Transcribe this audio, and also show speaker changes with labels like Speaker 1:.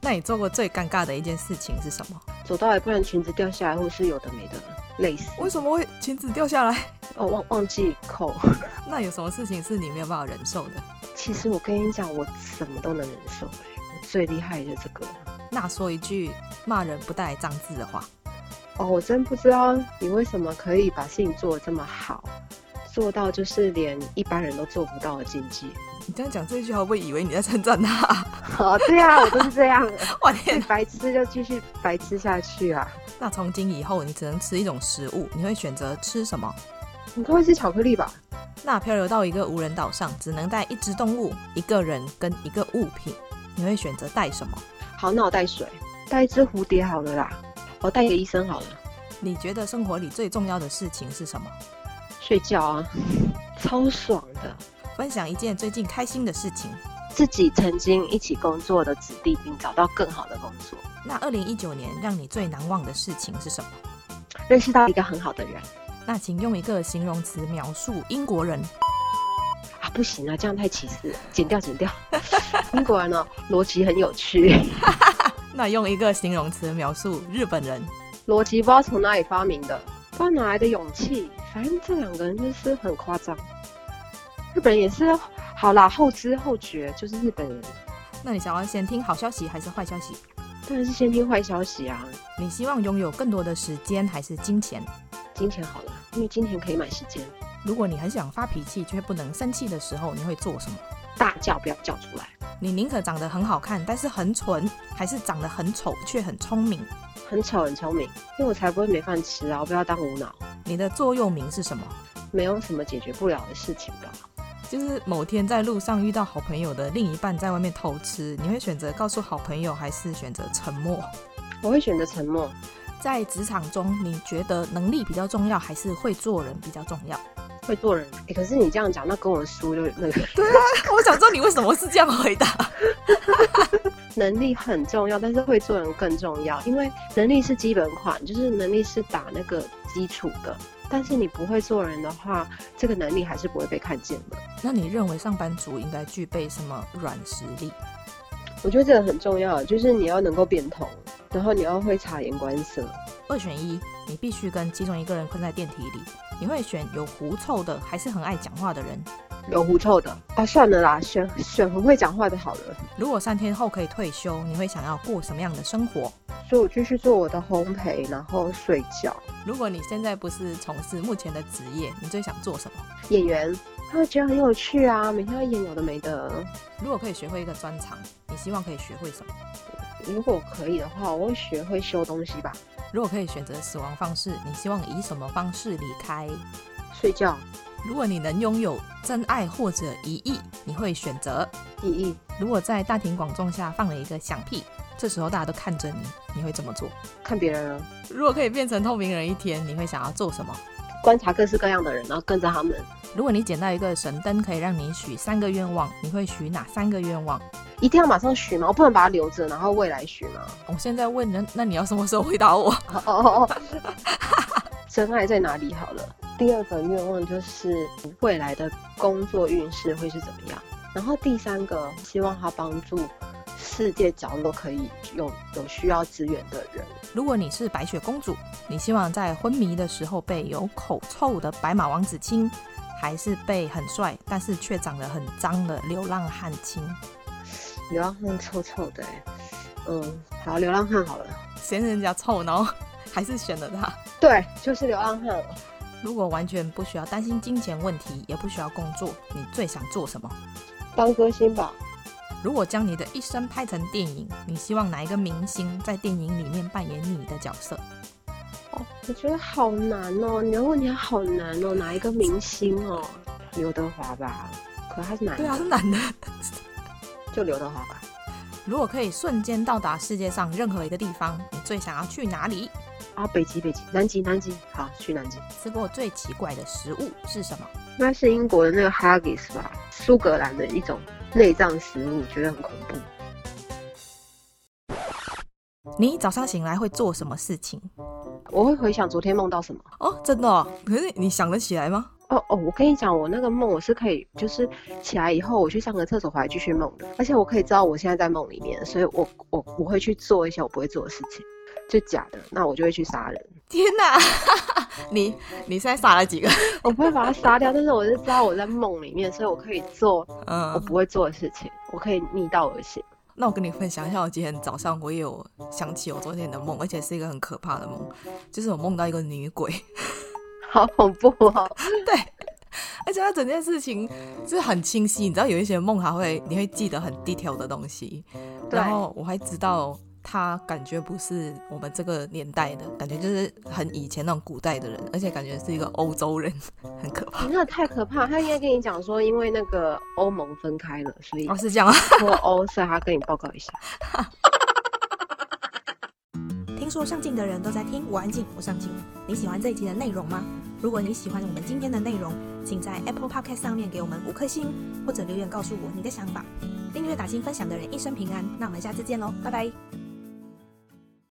Speaker 1: 那你做过最尴尬的一件事情是什么？
Speaker 2: 走到一半裙子掉下来，或是有的没的，累死。
Speaker 1: 为什么会裙子掉下来？
Speaker 2: 哦，忘忘记扣。
Speaker 1: 那有什么事情是你没有办法忍受的？
Speaker 2: 其实我跟你讲，我什么都能忍受、欸，我最厉害的这个。
Speaker 1: 那说一句骂人不带脏字的话，
Speaker 2: 哦，我真不知道你为什么可以把事情做得这么好，做到就是连一般人都做不到的境 界。
Speaker 1: 你这样讲这句话，我以为你在称赞他。
Speaker 2: 哦，对啊，我都是这样的，
Speaker 1: 我天！
Speaker 2: 白痴就继续白痴下去啊。
Speaker 1: 那从今以后你只能吃一种食物，你会选择吃什么？
Speaker 2: 你该会吃巧克力吧？
Speaker 1: 那漂流到一个无人岛上，只能带一只动物、一个人跟一个物品，你会选择带什么？
Speaker 2: 好，那我带水，带一只蝴蝶好了啦。我带给医生好了。
Speaker 1: 你觉得生活里最重要的事情是什么？
Speaker 2: 睡觉啊，超爽的。
Speaker 1: 分享一件最近开心的事情。
Speaker 2: 自己曾经一起工作的子弟兵找到更好的工作，
Speaker 1: 那二零一九年让你最难忘的事情是什么？
Speaker 2: 认识到一个很好的人
Speaker 1: 那请用一个形容词描述英国人。
Speaker 2: 啊！不行啊，这样太歧视了，剪掉剪掉。英国人呢、哦逻辑很有趣，
Speaker 1: 那用一个形容词描述日本人。
Speaker 2: 逻辑不知道从哪里发明的，不知道哪来的勇气。反正这两个人就是很夸张。日本人也是，好啦，后知后觉就是日本人，
Speaker 1: 那你想要先听好消息还是坏消息？
Speaker 2: 当然是先听坏消息啊。
Speaker 1: 你希望拥有更多的时间还是金钱？
Speaker 2: 金钱好了，因为金钱可以买时间，
Speaker 1: 如果你很想发脾气却不能生气的时候，你会做什么？
Speaker 2: 大叫不要叫出来，
Speaker 1: 你宁可长得很好看但是很蠢，还是长得很丑却很聪明？
Speaker 2: 很丑很聪明，因为我才不会没饭吃啊！我不要当无脑，
Speaker 1: 你的座右铭是什么？
Speaker 2: 没有什么解决不了的事情吧。
Speaker 1: 就是某天在路上遇到好朋友的另一半在外面偷吃，你会选择告诉好朋友，还是选择沉默？
Speaker 2: 我会选择沉默，
Speaker 1: 在职场中，你觉得能力比较重要，还是会做人比较重要？
Speaker 2: 会做人。哎、可是你这样讲，那跟我叔就那个
Speaker 1: 我想知道你为什么是这样回答。
Speaker 2: 能力很重要，但是会做人更重要，因为能力是基本款，就是能力是打那个基础的。但是你不会做人的话，这个能力还是不会被看见的。
Speaker 1: 那你认为上班族应该具备什么软实力？
Speaker 2: 我觉得这个很重要，就是你要能够变通，然后你要会察言观色。
Speaker 1: 二选一，你必须跟其中一个人困在电梯里，你会选有狐臭的，还是很爱讲话的人？
Speaker 2: 有狐臭的啊，算了啦，选选很会讲话的好了。
Speaker 1: 如果三天后可以退休，你会想要过什么样的生活？
Speaker 2: 所以我继续做我的烘焙，然后睡觉。
Speaker 1: 如果你现在不是从事目前的职业，你最想做什么？
Speaker 2: 演员，他会觉得很有趣啊，每天要演有的没的。
Speaker 1: 如果可以学会一个专长，你希望可以学会什么？
Speaker 2: 如果可以的话，我会学会修东西吧，
Speaker 1: 如果可以选择死亡方式，你希望以什么方式离开？
Speaker 2: 睡觉。
Speaker 1: 如果你能拥有真爱或者一亿，你会选择？
Speaker 2: 意义，
Speaker 1: 如果在大庭广众下放了一个响屁，这时候大家都看着你，你会怎么做？
Speaker 2: 看别人啊，
Speaker 1: 如果可以变成透明人一天，你会想要做什么？
Speaker 2: 观察各式各样的人，然后跟着他们
Speaker 1: 如果你捡到一个神灯，可以让你许三个愿望，你会许哪三个愿望？
Speaker 2: 一定要马上学嘛，我不能把它留着，然后未来学嘛。
Speaker 1: 我现在问人，那你要什么时候回答我？
Speaker 2: 哦哦哦，真爱在哪里？好了，第二个愿望就是未来的工作运势会是怎么样，然后第三个希望它帮助世界角落可以有有需要资源的人。
Speaker 1: 如果你是白雪公主，你希望在昏迷的时候被有口臭的白马王子亲，还是被很帅但是却长得很脏的流浪汉亲？
Speaker 2: 流浪汉臭臭的、欸，嗯，好，流浪汉好了，
Speaker 1: 嫌人家臭，然后 还是选了他。
Speaker 2: 对，就是流浪汉了。
Speaker 1: 如果完全不需要担心金钱问题，也不需要工作，你最想做什么？
Speaker 2: 当歌星吧，
Speaker 1: 如果将你的一生拍成电影，你希望哪一个明星在电影里面扮演你的角色？
Speaker 2: 哦，我觉得好难哦，你的问题好难哦，哪一个明星哦？刘德华吧，可他是男的，
Speaker 1: 对啊，是男的。
Speaker 2: 就刘德华吧。
Speaker 1: 如果可以瞬间到达世界上任何一个地方，你最想要去哪里？
Speaker 2: 啊，北极，北极，南极，南极，好，去南极。
Speaker 1: 吃过最奇怪的食物是什么？
Speaker 2: 应该是英国的那个 haggis 吧，苏格兰的一种内脏食物，觉得很恐怖。
Speaker 1: 你早上醒来会做什么事情？
Speaker 2: 我会回想昨天梦到什么，
Speaker 1: 哦，真的、哦？可是你想得起来吗？
Speaker 2: 哦哦，我跟你讲，我那个梦我是可以，就是起来以后我去上个厕所回来继续梦的，而且我可以知道我现在在梦里面，所以我我我会去做一些我不会做的事情，就假的，那我就会去杀人。
Speaker 1: 天哪， 你你现在杀了几个？
Speaker 2: 我不会把他杀掉，但是我就知道我在梦里面，所以我可以做我
Speaker 1: 嗯，
Speaker 2: 不会做的事情，我可以逆道而行。
Speaker 1: 那我跟你分享一下，我今天早上我也有想起我昨天的梦，而且是一个很可怕的梦，就是我梦到一个女鬼，
Speaker 2: 好恐怖哦！
Speaker 1: 而且它整件事情是很清晰，你知道有一些梦还会你会记得很 detail 的东西，
Speaker 2: 对
Speaker 1: 然后我还知道他感觉不是我们这个年代的感觉，就是很以前那种古代的人，而且感觉是一个欧洲人， 很可怕。
Speaker 2: 你那太可怕，他应该跟你讲说，因为那个欧盟分开了，所以
Speaker 1: 哦，是这样啊。
Speaker 2: 脱欧，所以他跟你报告一下。
Speaker 3: 听说上镜的人都在听，我安静，我上镜。你喜欢这一集的内容吗？如果你喜欢我们今天的内容，请在 Apple Podcast 上面给我们五颗星，或者留言告诉我你的想法。订阅、打新、分享的人一生平安。那我们下次见喽，拜拜。